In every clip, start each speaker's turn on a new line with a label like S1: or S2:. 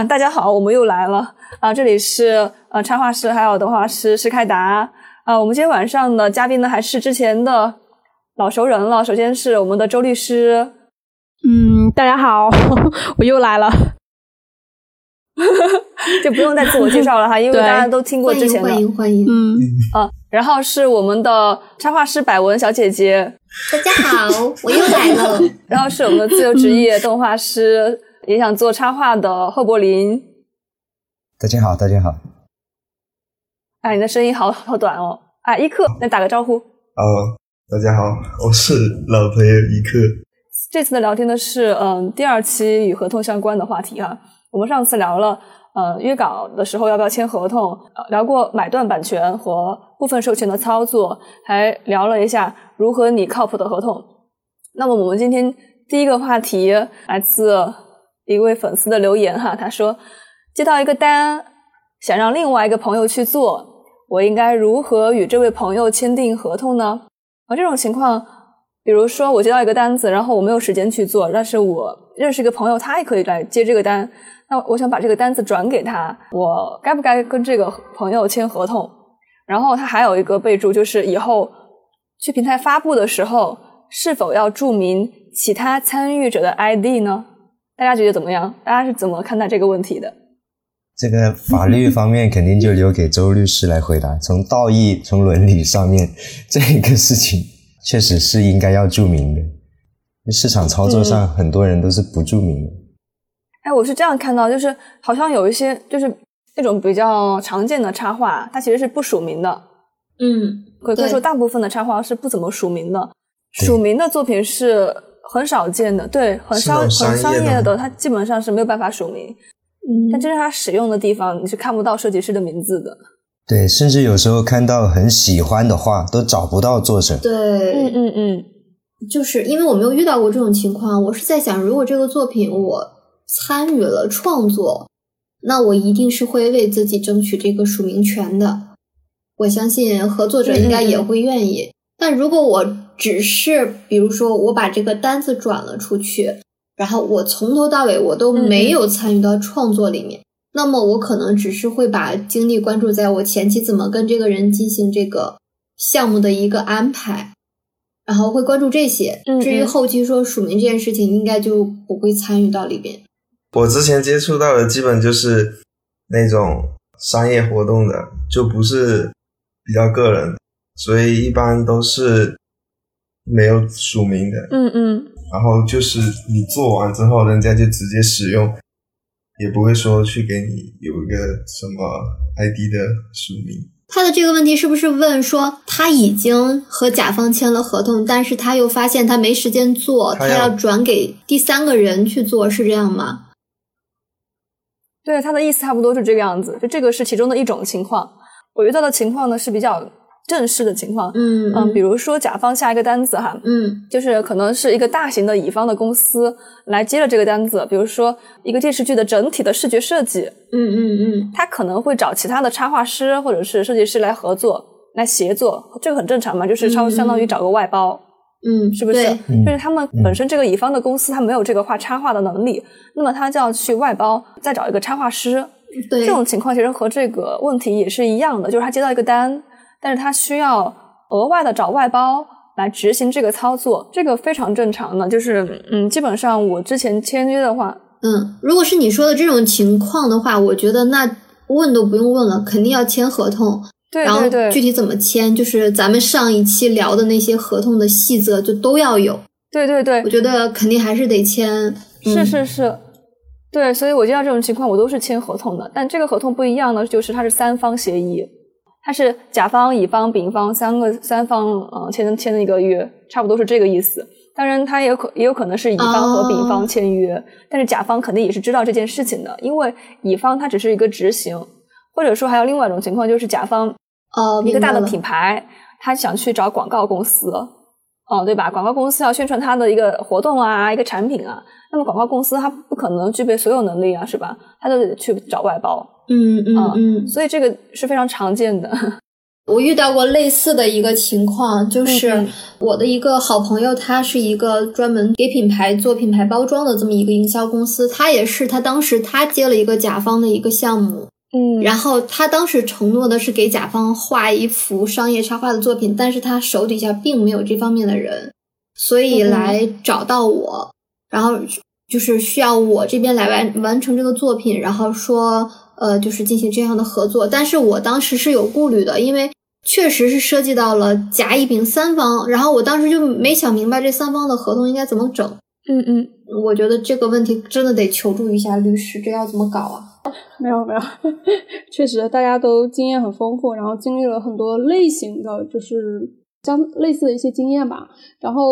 S1: 啊大家好，我们又来了啊！这里是呃插画师，还有的话是是开达啊。我们今天晚上的嘉宾呢，还是之前的老熟人了。首先是我们的周律师，
S2: 嗯，大家好， 我又来了。
S1: 就不用再自我介绍 了哈，因为
S2: 对
S1: 大家都听过之前的
S3: 欢迎欢迎，
S2: 嗯，
S1: 啊。然后是我们的插画师百文小姐姐，
S3: 大家好，我又来了。
S1: 然后是我们的自由 职业动画师，也想做插画的贺柏林。
S4: 大家好，大家好。
S1: 哎，你的声音好好短哦。啊，一克，来打个招呼。
S5: 哦，大家好，我是老朋友一克。
S1: 这次的聊天呢是嗯第二期与合同相关的话题啊。我们上次聊了呃约稿的时候要不要签合同，呃聊过买断版权和部分授权的操作，还聊了一下如何拟靠谱的合同。那么我们今天第一个话题来自一位粉丝的留言哈，他说接到一个单，想让另外一个朋友去做，我应该如何与这位朋友签订合同呢？而这种情况，比如说我接到一个单子，然后我没有时间去做，但是我认识一个朋友，他也可以来接这个单。那我想把这个单子转给他，我该不该跟这个朋友签合同？然后他还有一个备注，就是以后去平台发布的时候，是否要注明其他参与者的 ID 呢？大家觉得怎么样？大家是怎么看待这个问题的？
S4: 这个法律方面肯定就留给周律师来回答。从道义、从伦理上面， 这个事情确实是应该要注明的。市场操作上，很多人都是不注明的。
S1: 哎，我是这样看到，就是好像有一些就是那种比较常见的插画，它其实是不署名的，
S3: 嗯，
S1: 可以可以
S3: 对
S1: 说大部分的插画是不怎么署名的，
S4: 对
S1: 署名的作品是很少见的，对，很
S5: 是
S1: 商
S5: 那
S1: 很
S5: 种
S1: 商
S5: 商业的
S1: 业
S5: 吗
S1: 的，它基本上是没有办法署名，但这是它使用的地方，你是看不到设计师的名字的。
S4: 对，甚至有时候看到很喜欢的画，都找不到作者。
S3: 对，
S1: 嗯嗯嗯，
S3: 就是因为我没有遇到过这种情况，我是在想，如果这个作品我参与了创作，那我一定是会为自己争取这个署名权的。我相信合作者应该也会愿意。但如果我只是，比如说我把这个单子转了出去，然后我从头到尾我都没有参与到创作里面，那么我可能只是会把精力关注在我前期怎么跟这个人进行这个项目的一个安排，然后会关注这些
S1: 嗯嗯。
S3: 至于后期说署名这件事情，应该就不会参与到里边。
S5: 我之前接触到的基本就是那种商业活动的，就不是比较个人，所以一般都是没有署名的。
S1: 嗯嗯，
S5: 然后就是你做完之后，人家就直接使用，也不会说去给你有一个什么 ID 的署名。
S3: 他的这个问题是不是问说他已经和甲方签了合同，但是他又发现他没时间做，
S5: 他
S3: 他
S5: 要
S3: 要转给第三个人去做，是这样吗？
S1: 对，他的意思差不多是这个样子，就这个是其中的一种情况。我遇到的情况呢是比较正式的情况，
S3: 嗯
S1: 嗯，比如说甲方下一个单子哈，
S3: 嗯
S1: 就是可能是一个大型的乙方的公司来接了这个单子，比如说一个电视剧的整体的视觉设计，
S3: 嗯嗯
S1: 他可能会找其他的插画师或者是设计师来合作、来协作，这个很正常嘛，就是相
S3: 嗯嗯
S1: 相当于找个外包，
S3: 嗯嗯，
S1: 是不是
S3: 对？
S4: 嗯
S1: 就是他们本身这个乙方的公司，他没有这个画插画的能力，那么他就要去外包，再找一个插画师。
S3: 对，
S1: 这种情况其实和这个问题也是一样的，就是他接到一个单，但是他需要额外的找外包来执行这个操作，这个非常正常的。就是嗯，基本上我之前签约的话，
S3: 嗯，如果是你说的这种情况的话，我觉得那问都不用问了，肯定要签合同。
S1: 对
S3: 然
S1: 对对，
S3: 后具体怎么签，就是咱们上一期聊的那些合同的细则就都要有。
S1: 对对对
S3: 我，觉得肯定还是得签。
S1: 是
S3: 嗯
S1: 是是，对，所以我遇到这种情况，我都是签合同的。但这个合同不一样的就是它是三方协议，它是甲方、乙方、丙方三个三方呃签签了一个约，差不多是这个意思。当然，它也有可也有可能是乙方和丙方
S3: 哦
S1: 签约，但是甲方肯定也是知道这件事情的，因为乙方他只是一个执行，或者说还有另外一种情况就是甲方
S3: 哦，
S1: 一个大的
S3: 明白了
S1: 品牌，他想去找广告公司，哦，对吧？广告公司要宣传他的一个活动啊，一个产品啊。那么广告公司它不可能具备所有能力啊，是吧？他就得去找外包，
S3: 嗯嗯
S1: 啊
S3: 嗯，
S1: 所以这个是非常常见的。
S3: 我遇到过类似的一个情况，就是
S1: 嗯
S3: 我的一个好朋友，他是一个专门给品牌做品牌包装的这么一个营销公司，他也是他当时他接了一个甲方的一个项目，
S1: 嗯，
S3: 然后他当时承诺的是给甲方画一幅商业插画的作品，但是他手底下并没有这方面的人，所以
S1: 嗯
S3: 来找到我，然后就是需要我这边来完完成这个作品，然后说呃，就是进行这样的合作。但是我当时是有顾虑的，因为确实是涉及到了甲、乙、丙三方，然后我当时就没想明白这三方的合同应该怎么整。
S2: 嗯嗯，
S3: 我觉得这个问题真的得求助一下律师，这要怎么搞啊？
S2: 没有没有， 确实大家都经验很丰富，然后经历了很多类型的就是相类似的一些经验吧。然后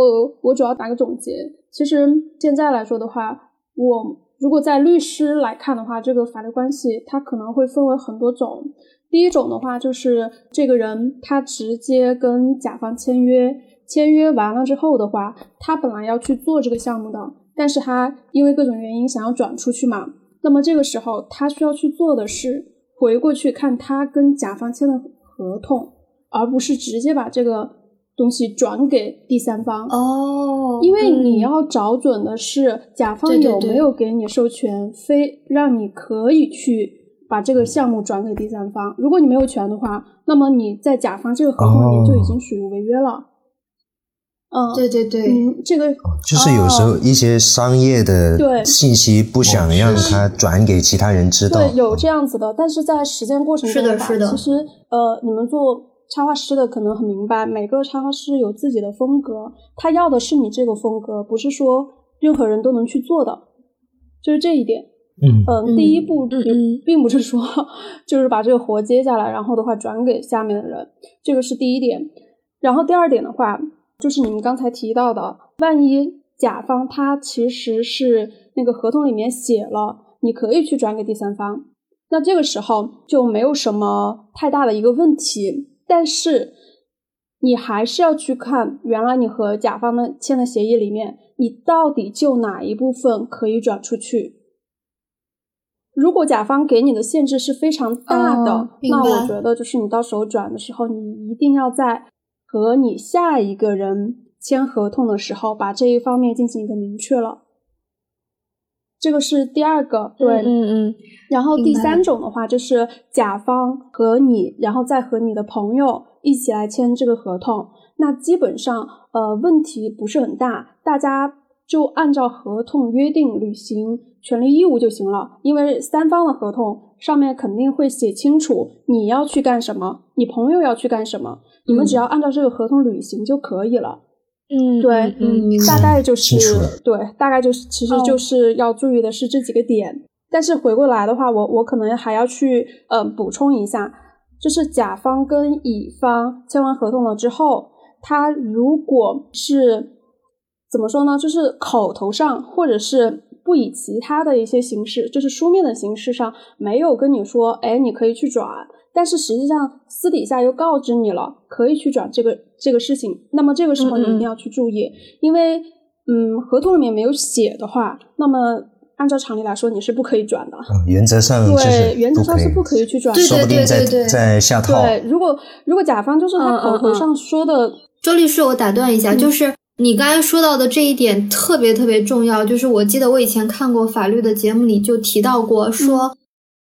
S2: 我主要打个总结，其实现在来说的话，我如果在律师来看的话，这个法律关系它可能会分为很多种。第一种的话就是这个人他直接跟甲方签约，签约完了之后的话，他本来要去做这个项目的，但是他因为各种原因想要转出去嘛，那么这个时候他需要去做的是回过去看他跟甲方签的合同，而不是直接把这个东西转给第三方。
S3: 哦
S2: 因为
S3: 嗯
S2: 你要找准的是甲
S3: 对
S2: 方
S3: 对
S2: 有
S3: 对
S2: 没有给你授权，非让你可以去把这个项目转给第三方。如果你没有权的话，那么你在甲方这个合同里
S4: 哦
S2: 就已经属于违约了。嗯，
S3: 对对对，
S2: 嗯，这个
S4: 就是有时候一些商业的
S2: 哦对
S4: 信息不想让他转给其他人知道，
S2: 对，有这样子的，但是在实践过程
S3: 是
S2: 中
S3: 的
S2: 话
S3: 是的
S2: 其实呃，你们做插画师的可能很明白，每个插画师有自己的风格，他要的是你这个风格，不是说任何人都能去做的，就是这一点。
S4: 嗯
S2: 嗯，第一步并并不是说 就是把这个活接下来，然后的话转给下面的人，这个是第一点。然后第二点的话，就是你们刚才提到的，万一甲方他其实是那个合同里面写了，你可以去转给第三方，那这个时候就没有什么太大的一个问题，但是你还是要去看原来你和甲方的签的协议里面，你到底就哪一部分可以转出去。如果甲方给你的限制是非常大的，
S3: 哦明
S2: 那
S3: 白
S2: 我觉得就是你到时候转的时候，你一定要在和你下一个人签合同的时候，把这一方面进行一个明确了。这个是第二个，对，
S1: 嗯嗯
S2: 然后第
S3: 明白
S2: 三种的话，就是甲方和你，然后再和你的朋友一起来签这个合同。那基本上，呃，问题不是很大，大家就按照合同约定履行权利义务就行了。因为三方的合同上面肯定会写清楚你要去干什么，你朋友要去干什么，你们只
S3: 嗯
S2: 要按照这个合同履行就可以了。
S1: 嗯，
S2: 对，
S3: 嗯明白
S2: 大概就是
S4: 清楚了
S2: 对，大概就是其实
S1: 哦
S2: 就是要注意的是这几个点。但是回过来的话，我我可能还要去呃补充一下，就是甲方跟乙方签完合同了之后，他如果是怎么说呢？就是口头上或者是不以其他的一些形式，就是书面的形式上没有跟你说，哎，你可以去转，但是实际上私底下又告知你了，可以去转这个这个事情。那么这个时候你
S3: 嗯
S2: 一定要去注意，因为嗯，合同里面没有写的话，那么按照常理来说你是不可以转的。
S4: 嗯原则上就
S2: 对
S4: 是，
S2: 原则上是不可以去转的。
S3: 对
S4: 说不定在
S3: 对对对
S4: 在下套，
S2: 对，如果如果甲方就是
S1: 嗯
S2: 他
S1: 嗯
S2: 口头上说的，
S3: 周律师，我打断一下，
S2: 嗯
S3: 就是你刚才说到的这一点特别特别重要。就是我记得我以前看过法律的节目里就提到过，说，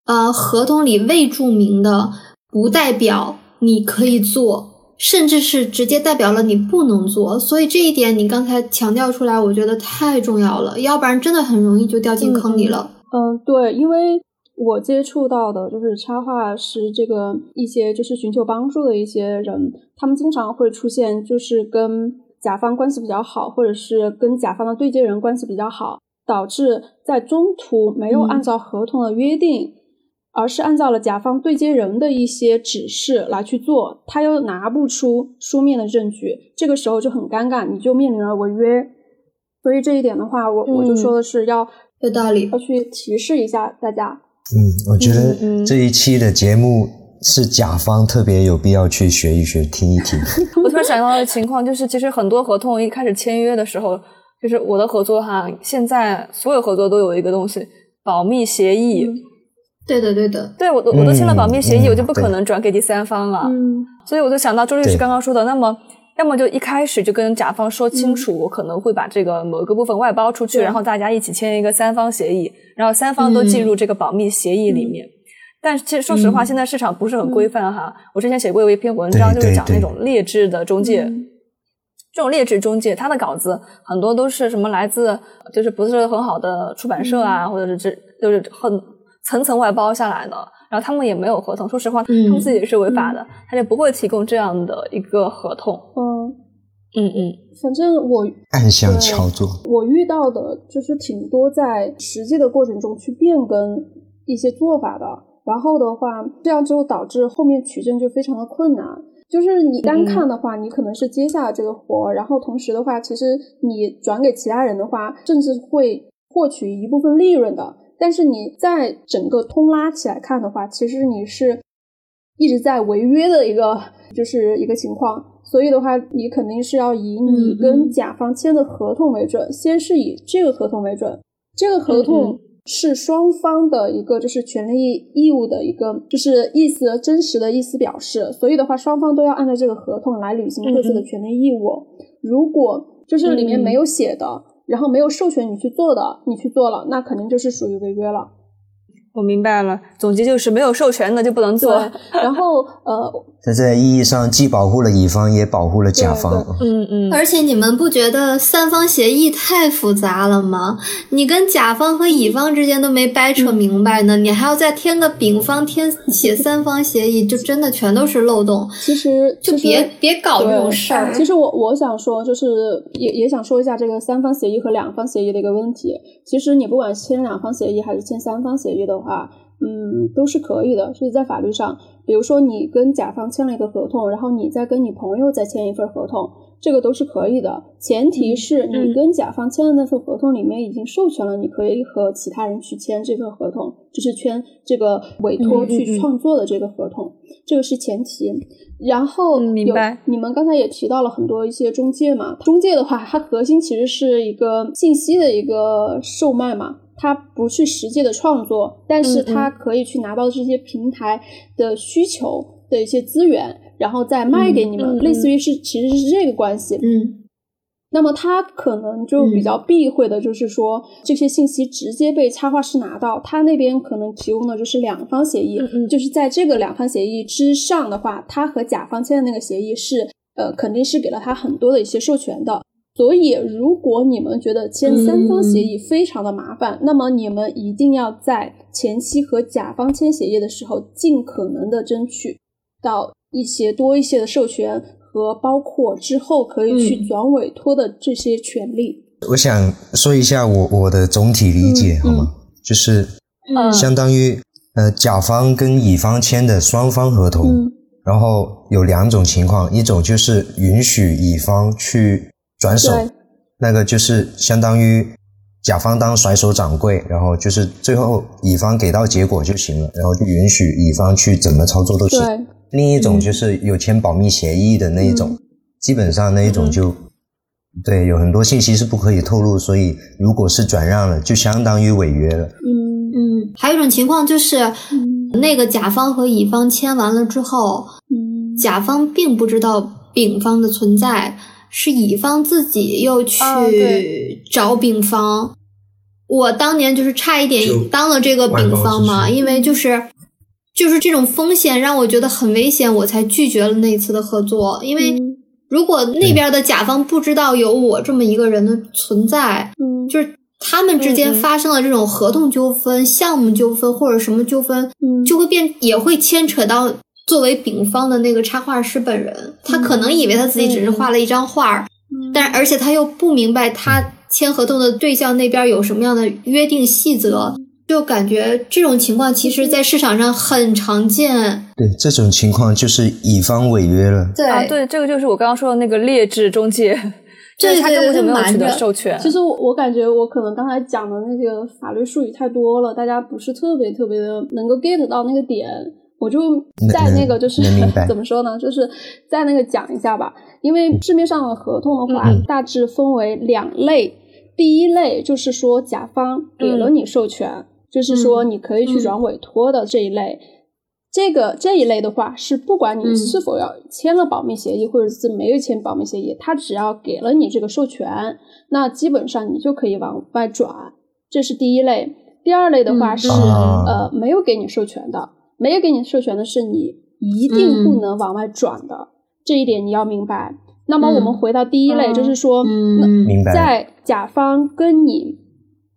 S3: 呃，合同里未注明的不代表你可以做，甚至是直接代表了你不能做。所以这一点你刚才强调出来，我觉得太重要了，要不然真的很容易就掉进坑里了。
S2: 嗯，对，因为我接触到的就是插画师这个一些就是寻求帮助的一些人，他们经常会出现就是跟甲方关系比较好，或者是跟甲方的对接人关系比较好，导致在中途没有
S3: 嗯
S2: 按照合同的约定。而是按照了甲方对接人的一些指示来去做，他又拿不出书面的证据，这个时候就很尴尬，你就面临了违约。所以这一点的话，我我就
S1: 嗯
S2: 说的是要
S3: 有道理
S2: 要去提示一下大家。
S4: 嗯，我觉得
S1: 嗯嗯
S4: 这一期的节目是甲方特别有必要去学一学、听一 听。
S1: 嗯我突然想到的情况就是，其实很多合同一开始签约的时候，就是我的合作哈，现在所有合作都有一个东西，保密协议。
S3: 对的，对的，
S1: 对我都我都签了保密协议，
S4: 嗯嗯
S1: 我就不可能转给第三方了。
S3: 嗯，
S1: 所以我就想到周律师
S4: 对
S1: 刚刚说的，那么要么就一开始就跟甲方说清楚，
S4: 嗯
S1: 我可能会把这个某一个部分外包出去，
S2: 对
S1: 然后大家一起签一个三方协议，然后三方都进入这个保密协议里
S4: 嗯
S1: 面。但是其实说实话，
S3: 嗯
S1: 现在市场不是很规范哈。我之前写过一篇文章，
S4: 对
S1: 就是讲那
S4: 对对
S1: 种劣质的中介。
S2: 嗯
S1: 这种劣质中介，他的稿子很多都是什么来自，就是不是很好的出版社啊，或者是这就是很层层外包下来的，然后他们也没有合同。说实话，
S3: 嗯
S1: 他们自己也是违法的，他就不会提供这样的一个合同。
S2: 嗯，
S1: 嗯嗯，
S2: 反正我
S4: 暗箱
S2: 对
S4: 操作，
S2: 我遇到的就是挺多在实际的过程中去变更一些做法的，然后的话，这样之后导致后面取证就非常的困难。就是你单看的话，你可能是接下了这个活儿，然后同时的话，其实你转给其他人的话，甚至会获取一部分利润的。但是你在整个通拉起来看的话，其实你是一直在违约的一个就是一个情况。所以的话，你肯定是要以你
S3: 嗯
S2: 跟
S3: 嗯
S2: 甲方签的合同为准，先是以这个合同为
S3: 嗯
S2: 准，这个合
S1: 嗯
S2: 同是双方的一个就是权利义务的一个就是意思真实的意思表示，所以的话双方都要按照这个合同来履行各自的
S1: 嗯嗯
S2: 权利义务。如果就是里面没有写的，然后没有授权你去做的，你去做了，那肯定就是属于违约 了。
S1: 我明白了。总结就是没有授权的就不能
S2: 对
S1: 做。，
S2: 然后呃，
S4: 在这意义上既保护了乙方，也保护了甲
S2: 对
S4: 方。
S1: 嗯嗯，
S3: 而且你们不觉得三方协议太复杂了吗？你跟甲方和乙方之间都没掰扯明白
S2: 嗯
S3: 呢，你还要再添个丙方，添写三方协议，就真的全都是漏洞，
S2: 其实
S3: 就
S2: 其实
S3: 别别搞这种事儿
S2: 对。其实我我想说，就是也也想说一下这个三方协议和两方协议的一个问题。其实你不管签两方协议还是签三方协议的话，嗯，都是可以的，是在法律上。比如说你跟甲方签了一个合同，然后你再跟你朋友再签一份合同，这个都是可以的。前
S3: 嗯
S2: 提是你跟甲方签的那份合同里面已经授权了，你可以和其他人去签这份合同，就是签这个委托
S1: 嗯嗯
S2: 去
S1: 嗯
S2: 创作的这个合同，这个是前提。然后
S1: 嗯
S2: 有
S1: 明白
S2: 你们刚才也提到了很多一些中介嘛，中介的话，它核心其实是一个信息的一个售卖嘛，它不是实际的创作，但是
S1: 嗯嗯
S2: 它可以去拿到这些平台的需求的一些资源，然后再卖给你们，
S1: 嗯嗯
S2: 类似于是其实是这个关系。
S3: 嗯
S2: 那么他可能就
S1: 嗯
S2: 比较避讳的，就是说、这些信息直接被插画师拿到，他那边可能提供的就是两方协议，
S1: 嗯嗯
S2: 就是在这个两方协议之上的话，他和甲方签的那个协议是呃肯定是给了他很多的一些授权的。所以，如果你们觉得签三方协
S1: 嗯
S2: 议非常的麻烦，那么你们一定要在前期和甲方签协议的时候，尽可能的争取到一些多一些的授权和包括之后可以去
S3: 嗯
S2: 转委托的这些权利。
S4: 我想说一下我我的总体理解，
S2: 嗯
S4: 好吗？就是
S1: 嗯
S4: 相当于呃，甲方跟乙方签的双方合同，
S2: 嗯
S4: 然后有两种情况，一种就是允许乙方去转手，
S2: 对
S4: 那个就是相当于甲方当甩手掌柜，然后就是最后乙方给到结果就行了，然后就允许乙方去怎么操作都行。
S2: 对，
S4: 另一种就是有签保密协议的那一种，
S2: 嗯
S4: 基本上那一种就、对有很多信息是不可以透露，所以如果是转让了，就相当于违约了。
S2: 嗯
S3: 嗯，还有一种情况就是，
S2: 嗯
S3: 那个甲方和乙方签完了之后，
S2: 嗯，
S3: 甲方并不知道丙方的存在，是乙方自己又去
S1: 啊对
S3: 找丙方。我当年就是差一点
S5: 就
S3: 当了这个丙方
S5: 外包
S3: 嘛，
S5: 出去
S3: 因为就是就是这种风险让我觉得很危险，我才拒绝了那一次的合作。因为
S2: 嗯
S3: 如果那边的甲方不知道有我这么一个人的存在，
S2: 嗯
S3: 就是他们之
S1: 嗯
S3: 间
S1: 嗯
S3: 发生了这种合同纠纷、项目纠纷或者什么纠纷，
S2: 嗯
S3: 就会变也会牵扯到作为丙方的那个插画师本人，他可能以为他自己只是画了一张画儿，
S2: 嗯
S3: 但而且他又不明白他签合同的对象那边有什么样的约定细则，就感觉这种情况其实在市场上很常见。
S4: 对，这种情况就是乙方违约了。
S3: 对
S1: 啊，对，这个就是我刚刚说的那个劣质中 介，就是他
S3: 对对
S1: 根本就
S3: 对
S1: 没有
S3: 他瞒
S1: 取得
S3: 着
S1: 授权。
S2: 其实我我感觉我可能刚才讲的那个法律术语太多了，大家不是特别特别的能够 get 到那个点。我就在那个就是
S4: 能能明 白
S2: 怎么说呢，就是在那个讲一下吧。因为市面上的合同的话，
S4: 嗯嗯
S2: 大致分为两类。第一类就是说甲方给了你授权，就是说你可以去转委托的这一类。这个这一类的话，是不管
S6: 嗯
S2: 你是否要签了保密协议，或者是没有签保密协议，他只要给了你这个授权，那基本上你就可以往外转。这是第一类。第二类的
S6: 嗯
S2: 话是、
S4: 啊
S2: 呃没有给你授权的，没有给你授权的是你一
S6: 嗯
S2: 定不能往外转的，这一点你要明白。那么我们
S6: 嗯
S2: 回到第一类，就是说，那
S6: 嗯
S4: 明白。
S2: 在甲方跟你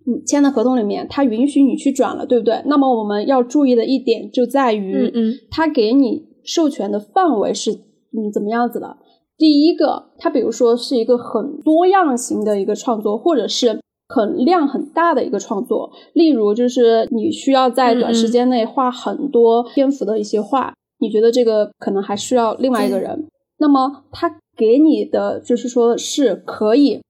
S2: 你签的合同里面，他允许你去转了，对不对？那么我们要注意的一点就在于，
S6: 嗯嗯
S2: 他给你授权的范围是嗯怎么样子的？第一个，它比如说是一个很多样型的一个创作，或者是很量很大的一个创作，例如就是你需要在短时间内画很多篇幅的一些画，你觉得这个可能还需要另外一个人，那么他给你的就是说是可以，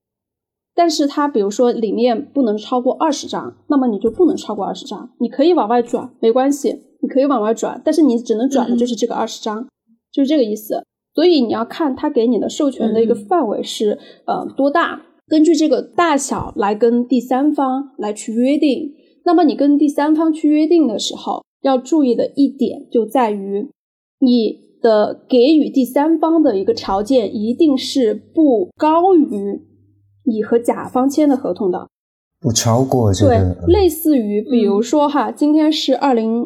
S2: 但是它比如说里面不能超过二十张，那么你就不能超过二十张，你可以往外转，没关系，你可以往外转，但是你只能转的就是这个二十张，就是这个意思。所以你要看他给你的授权的一个范围是、呃多大，根据这个大小来跟第三方来去约定。那么你跟第三方去约定的时候，要注意的一点就在于，你的给予第三方的一个条件一定是不高于你和甲方签的合同的。
S4: 不超过这
S2: 对，
S4: 个，嗯
S2: 类似于
S3: 嗯
S2: 比如说哈，今天是二零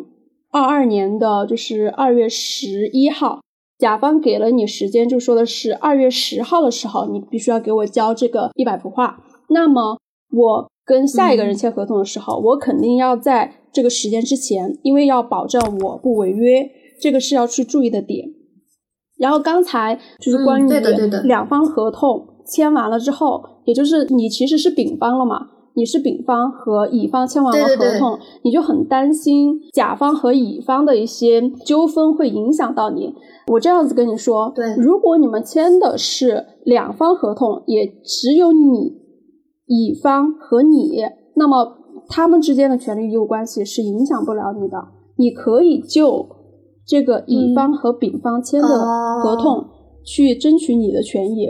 S2: 二二年的，就是二月十一号，甲方给了你时间，就说的是二月十号的时候，你必须要给我交这个一百幅画。那么我跟下一
S3: 嗯
S2: 个人签合同的时候，我肯定要在这个时间之前，因为要保证我不违约，这个是要去注意的点。然后刚才就是关
S3: 嗯
S2: 于
S3: 对的对的
S2: 两方合同签完了之后，也就是你其实是丙方了嘛，你是丙方和乙方签完了合
S3: 对
S2: 同，
S3: 对对
S2: 你就很担心甲方和乙方的一些纠纷会影响到你。我这样子跟你说，
S3: 对
S2: 如果你们签的是两方合同，也只有你乙方和你，那么他们之间的权利义务关系是影响不了你的。你可以就这个乙方和丙方签的
S3: 哦
S2: 合同去争取你的权益。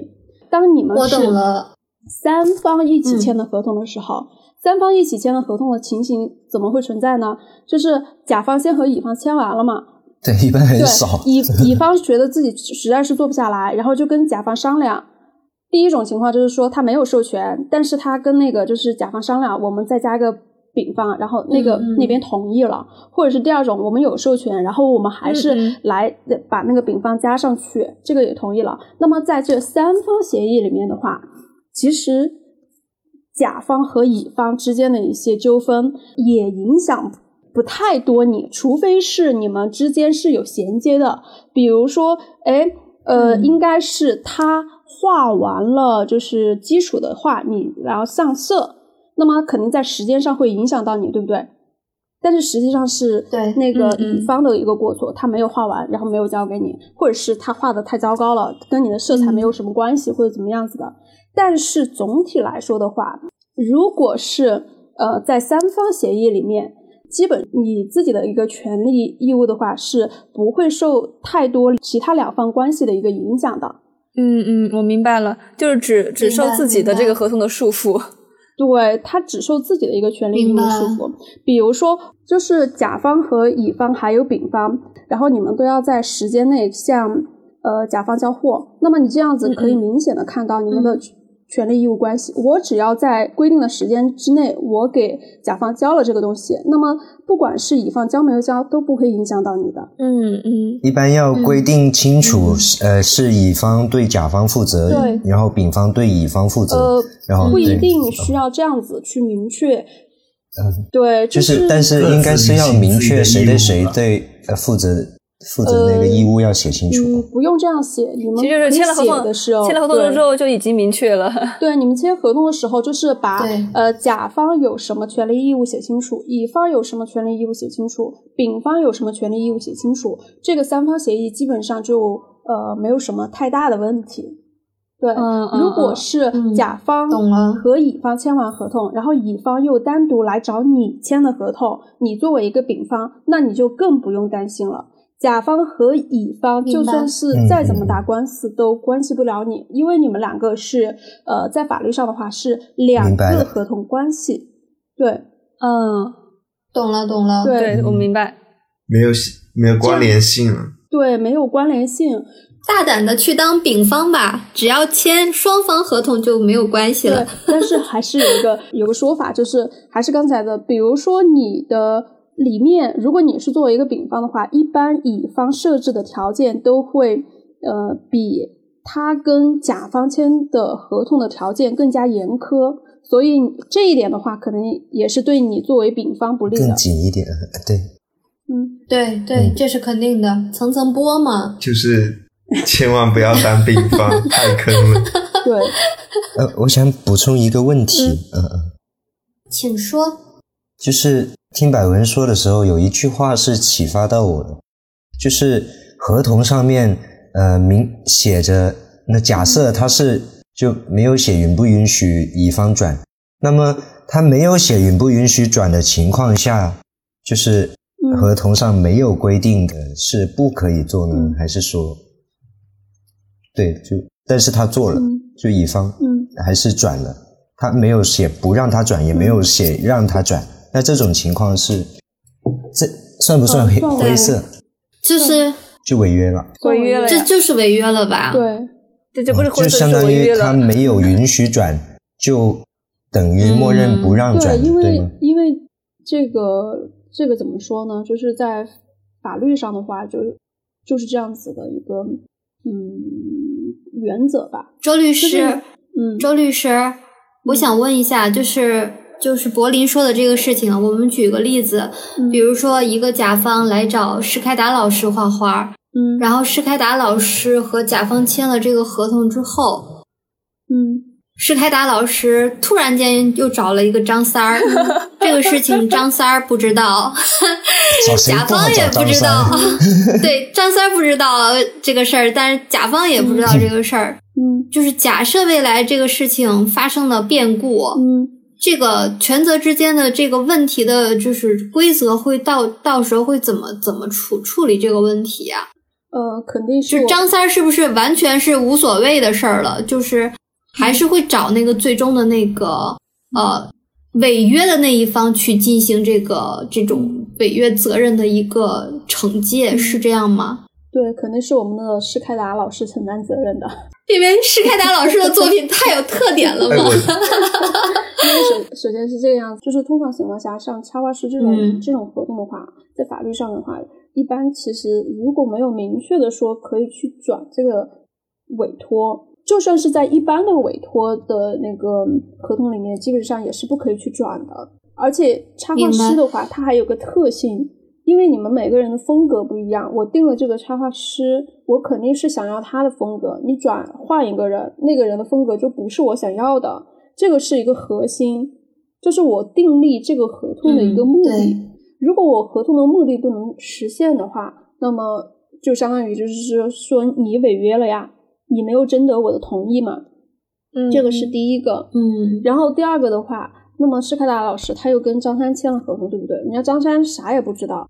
S2: 当你们
S3: 我
S2: 是
S3: 懂了，
S2: 三方一起签的合同的时候，三方一起签的合同的情形怎么会存在呢？就是甲方先和乙方签完了嘛，
S4: 对，一般很
S2: 对，
S4: 少。
S2: 乙乙方觉得自己实在是做不下来，然后就跟甲方商量。第一种情况就是说他没有授权，但是他跟那个就是甲方商量，我们再加一个丙方，然后那个、
S3: 嗯嗯
S2: 那边同意了，或者是第二种我们有授权，然后我们还
S6: 嗯
S2: 是
S6: 嗯
S2: 来呃把那个丙方加上去，这个也同意了。那么在这三方协议里面的话，其实甲方和乙方之间的一些纠纷也影响不太多你，除非是你们之间是有衔接的，比如说，哎，呃，
S6: 嗯
S2: 应该是他画完了就是基础的画，你然后上色，那么肯定在时间上会影响到你，对不对？但是实际上是
S3: 对
S2: 那个
S6: 嗯嗯
S2: 乙方的一个过错，他没有画完，然后没有交给你，或者是他画的太糟糕了，跟你的色彩没
S6: 嗯
S2: 有什么关系，或者怎么样子的。但是总体来说的话，如果是呃在三方协议里面，基本你自己的一个权利义务的话，是不会受太多其他两方关系的一个影响的。
S1: 嗯嗯，我明白了，就是只只
S3: 明
S1: 受
S3: 白
S1: 自己
S3: 明
S1: 的这
S3: 白
S1: 个合同的束缚。
S2: 对他只受自己的一个权利义务
S3: 明白
S2: 束缚。比如说，就是甲方和乙方还有丙方，然后你们都要在时间内向呃甲方交货。那么你这样子可
S3: 嗯
S2: 以明显的看到你们的权利义务关系。我只要在规定的时间之内，我给甲方交了这个东西，那么不管是乙方交没有交，都不会影响到你的。
S1: 嗯嗯
S4: 一般要规定清楚，是呃，是乙方对甲方负责
S2: 嗯对，
S4: 然后丙方对乙方负责
S2: 呃，
S4: 然后
S2: 不一
S4: 哦对嗯
S2: 定需要这样子去明确。对，
S4: 就是是，但是应该是要明确谁对谁对呃负责负责那个义务要写清
S2: 呃嗯
S4: 楚，。哦
S2: 不用这样写，你们
S1: 其实就是
S2: 可以
S1: 签了合
S2: 写
S1: 同
S2: 的是哦，
S1: 签了合
S2: 对
S1: 同之后就已经明确了。
S2: 对，你们签合同的时候，就是把
S3: 对
S2: 呃甲方有什么权利义务写清楚，乙方有什么权利义务写清楚，丙方有什么权利义务写清楚，这个三方协议基本上就呃没有什么太大的问题。对，
S1: 嗯嗯
S2: 如果
S1: 嗯
S2: 是
S3: 嗯
S2: 甲方
S3: 懂了
S2: 和乙方签完合同，然后乙方又单独来找你签的合同，你作为一个丙方，那你就更不用担心了。甲方和乙方
S3: 明
S2: 就
S3: 白
S2: 算是再怎么打官司，都关系不了你，因为你们两个是呃，在法律上的话是两
S4: 明白
S2: 个
S4: 了
S2: 合同关系。对，
S1: 嗯，
S3: 懂了懂了，
S2: 对
S1: 对我明白。
S5: 没有没有关联性了。
S2: 对，没有关联性。
S3: 大胆的去当丙方吧，只要签双方合同就没有关系
S2: 对
S3: 了。，
S2: 但是还是有一个有个说法，就是还是刚才的，比如说你的理念，如果你是作为一个丙方的话，一般乙方设置的条件都会呃比他跟甲方签的合同的条件更加严苛，所以这一点的话，可能也是对你作为丙方不利
S4: 更
S2: 的。
S4: 紧一点。呃对，
S2: 嗯，
S3: 对对
S4: 嗯
S3: 这是肯定的，层层剥嘛。
S5: 就是千万不要当丙方，太坑了。
S2: 对，
S4: 呃，我想补充一个问题，嗯嗯，
S3: 请说，
S4: 就是听百文说的时候，有一句话是启发到我的，就是合同上面呃明写着，那假设他是就没有写允不允许乙方转，那么他没有写允不允许转的情况下，就是
S2: 嗯
S4: 合同上没有规定的是不可以做呢，
S2: 嗯
S4: 还是说，对，就但是他做了，
S2: 嗯
S4: 就乙方
S2: 嗯，
S4: 还是转了，他没有写不让他转，也没有写让他转。那这种情况是，这算不
S1: 哦
S4: 算
S2: 嗯
S4: 灰
S2: 算
S4: 灰色？
S3: 就是
S4: 就违约了，
S1: 违约了呀
S3: 这就是违约了吧？
S2: 对，
S1: 这就不是
S4: 哦就
S1: 灰色，
S4: 相
S1: 是
S4: 当
S1: 违
S4: 于
S1: 约
S4: 他
S1: 了。
S4: 没有允许转，就等于默认不让
S1: 嗯
S4: 转，
S2: 对，因
S4: 对
S2: 为
S4: 吗？
S2: 因为这个这个怎么说呢？就是在法律上的话，就是就是这样子的一个嗯原则吧。
S3: 周律
S2: 就
S3: 师，
S2: 是嗯，
S3: 周律师，我想问一下，就是就是柏林说的这个事情啊，我们举个例子，
S2: 嗯
S3: 比如说一个甲方来找施开达老师画画，
S2: 嗯
S3: 然后施开达老师和甲方签了这个合同之后，
S2: 嗯
S3: 施开达老师突然间又找了一个张三儿，这个事情张三儿不知道，
S4: 找谁
S3: 甲
S4: 不好
S3: 方也
S4: 找
S3: 不
S4: 张
S3: 知道
S4: 三，
S3: 对，张三儿不知道这个事儿，但是甲方也不知道这个事儿。
S2: 嗯
S3: 就是假设未来这个事情发生了变故，
S2: 嗯
S3: 这个权责之间的这个问题的，就是规则会到到时候会怎么怎么处处理这个问题啊？
S2: 呃，肯定是
S3: 就
S2: 我
S3: 张三儿是不是完全是无所谓的事儿了？就是还是会找那个最终的那个呃违约的那一方去进行这个这种违约责任的一个惩戒，是这样吗？
S2: 对，肯定是我们的施开达老师承担责任的，
S3: 因为施开达老师的作品太有特点了
S5: 哎，
S3: 嘛
S5: 我，
S2: 因为首首先是这个样子，就是通常情况下，像插画师这种、
S3: 嗯
S2: 这种合同的话，在法律上的话，一般其实如果没有明确的说可以去转这个委托，就算是在一般的委托的那个合同里面，基本上也是不可以去转的。而且插画师的话，它还有个特性，因为你们每个人的风格不一样，我定了这个插画师，我肯定是想要他的风格。你转换一个人，那个人的风格就不是我想要的。这个是一个核心，就是我订立这个合同的一个
S3: 嗯
S2: 目的。
S3: 对
S2: 如果我合同的目的不能实现的话，那么就相当于就是说你违约了呀，你没有征得我的同意嘛，
S1: 嗯
S2: 这个是第一个。
S3: 嗯
S2: 然后第二个的话，那么施开达老师他又跟张三签了合同，对不对？人家张三啥也不知道，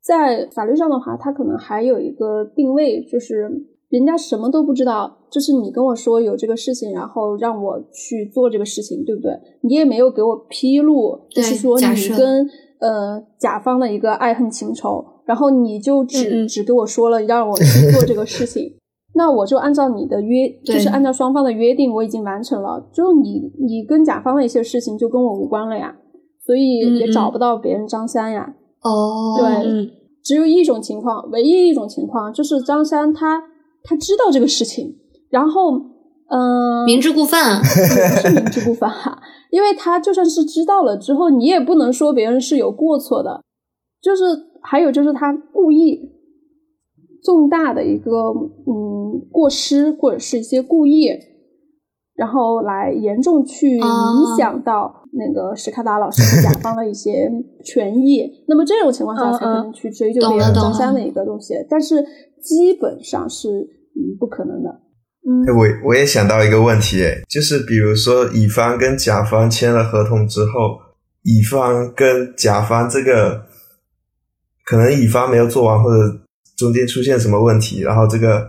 S2: 在法律上的话，他可能还有一个定位，就是人家什么都不知道，就是你跟我说有这个事情，然后让我去做这个事情，对不对？你也没有给我披露，就
S3: 对
S2: 是说
S3: 假
S2: 你
S3: 设
S2: 跟呃甲方的一个爱恨情仇，然后你就只
S3: 嗯嗯
S2: 只给我说了让我去做这个事情。那我就按照你的约，
S3: 对
S2: 就是按照双方的约定，我已经完成了。就你你跟甲方的一些事情就跟我无关了呀，所以
S3: 嗯
S2: 也
S3: 嗯
S2: 找不到别人张三呀。
S3: 哦，
S2: 对
S1: 嗯，
S2: 只有一种情况，唯一一种情况就是张三他他知道这个事情，然后嗯、呃
S3: 明知故犯，
S2: 不是明知故犯哈、因为他就算是知道了之后，你也不能说别人是有过错的，就是还有就是他故意重大的一个嗯过失或者是一些故意，然后来严重去影响到那个史卡达老师和甲方的一些权益，那么这种情况下才可能去追究
S3: 懂
S2: 别
S3: 了
S2: 人
S3: 懂
S2: 张三
S3: 了
S2: 的一个东西，但是基本上是嗯不可能的，嗯
S5: 哎我我也想到一个问题，哎，就是比如说乙方跟甲方签了合同之后，乙方跟甲方这个可能乙方没有做完，或者中间出现什么问题，然后这个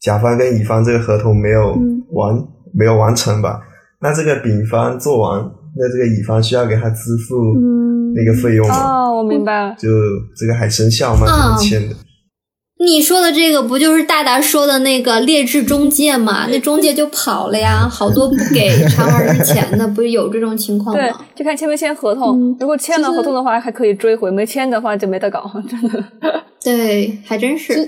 S5: 甲方跟乙方这个合同没有
S2: 嗯
S5: 完、没有完成吧？那这个丙方做完，那这个乙方需要给他支付
S2: 嗯
S5: 那个费用嘛，
S1: 啊，我明白了。
S5: 就这个还生效吗？
S3: 啊
S5: 怎么签的？
S3: 你说的这个不就是大大说的那个劣质中介嘛？那中介就跑了呀，好多不给偿还之前的，不是有这种情况
S1: 对
S3: 吗？，
S1: 就看签没签合同。
S2: 嗯
S1: 如果签了
S2: 其实
S1: 合同的话，还可以追回；没签的话，就没得搞。真的，
S3: 对，还真
S2: 这
S3: 是。
S2: 这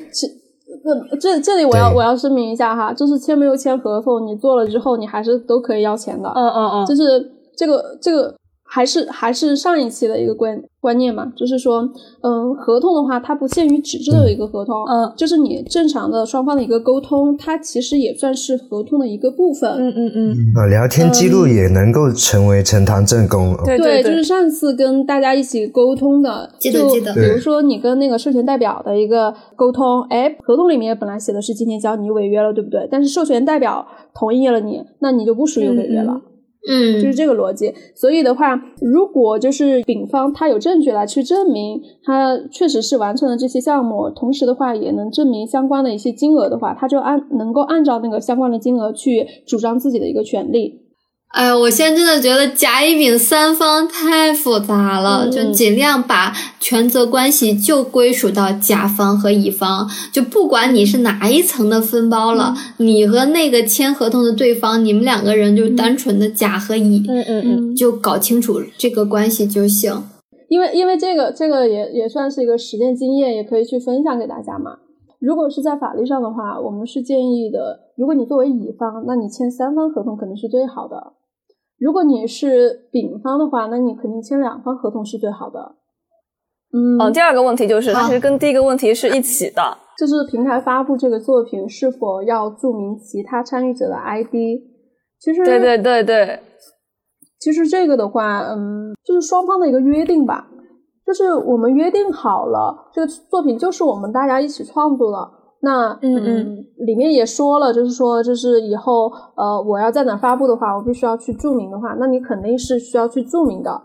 S2: 呃这这里我要
S4: 对
S2: 我要声明一下哈，就是签没有签合同，你做了之后你还是都可以要钱的。
S1: 嗯嗯
S2: 就
S1: 嗯，
S2: 是这个这个还是还是上一期的一个观观念嘛，就是说，嗯，合同的话，它不限于纸质的一个合同，
S1: 嗯
S2: 就是你正常的双方的一个沟通，它其实也算是合同的一个部分。
S1: 嗯嗯嗯，
S4: 啊，聊天记录也能够成为呈堂证供。
S1: 嗯对
S2: 对
S1: 对，
S2: 就是上次跟大家一起沟通的，
S3: 记得
S2: 就
S3: 记得
S2: 比如说你跟那个授权代表的一个沟通，哎，合同里面本来写的是今天交，你违约了，对不对？但是授权代表同意了你，那你就不属于违约了。
S1: 嗯
S3: 嗯，
S2: 就是这个逻辑。所以的话，如果就是丙方他有证据来去证明他确实是完成了这些项目，同时的话也能证明相关的一些金额的话，他就按能够按照那个相关的金额去主张自己的一个权利。
S3: 哎呀，我现在真的觉得甲乙丙三方太复杂了，
S2: 嗯
S3: 就尽量把权责关系就归属到甲方和乙方，就不管你是哪一层的分包了，
S2: 嗯
S3: 你和那个签合同的对方，你们两个人就单纯的甲和乙，
S1: 嗯嗯嗯，
S3: 就搞清楚这个关系就行。
S2: 因为因为这个这个也也算是一个实践经验，也可以去分享给大家嘛。如果是在法律上的话，我们是建议的，如果你作为乙方，那你签三方合同肯定是最好的；如果你是丙方的话，那你肯定签两方合同是最好的。嗯，
S1: 哦，第二个问题就是，它
S3: 好
S1: 其实跟第一个问题是一起的。
S2: 就是平台发布这个作品是否要注明其他参与者的 ID。其实
S1: 对对对对，
S2: 其实这个的话，嗯，就是双方的一个约定吧，就是我们约定好了，这个作品就是我们大家一起创作的。那
S1: 嗯
S2: 里面也说了，就是说，就是以后呃，我要在哪儿发布的话，我必须要去注明的话，那你肯定是需要去注明的。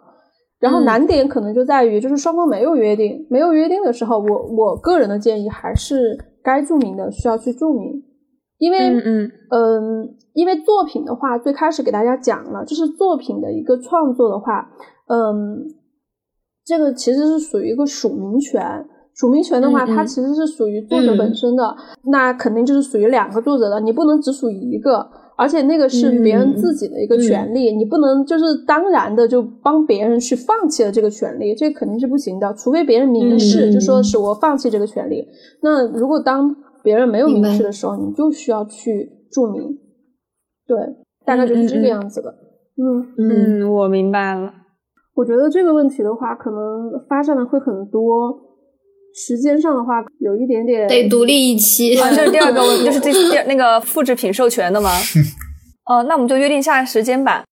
S2: 然后
S3: 嗯
S2: 难点可能就在于，就是双方没有约定，没有约定的时候，我我个人的建议还是该注明的需要去注明，因为
S1: 嗯嗯
S2: 嗯，因为作品的话，最开始给大家讲了，就是作品的一个创作的话，嗯，这个其实是属于一个署名权。署名权的话，
S1: 嗯嗯嗯
S2: 它其实是属于作者本身的，那肯定就是属于两个作者的，你不能只属于一个，而且那个是别
S1: 嗯
S2: 人自己的一个权利，你不能就是当然的就帮别人去放弃了这个权利，这肯定是不行的，除非别人明示，
S3: 嗯
S2: 就说是我放弃这个权利，那如果当别人没有
S3: 明白
S2: 明示的时候，你就需要去注明。对，大概就是这个样子的。嗯
S3: 嗯
S1: 嗯，我明白了。
S2: 我觉得这个问题的话，可能发展的会很多，时间上的话有一点点
S3: 得独立一期。
S1: 啊，这是 第二个问题，就是这第二那个复制品授权的吗？哦，那我们就约定下时间吧。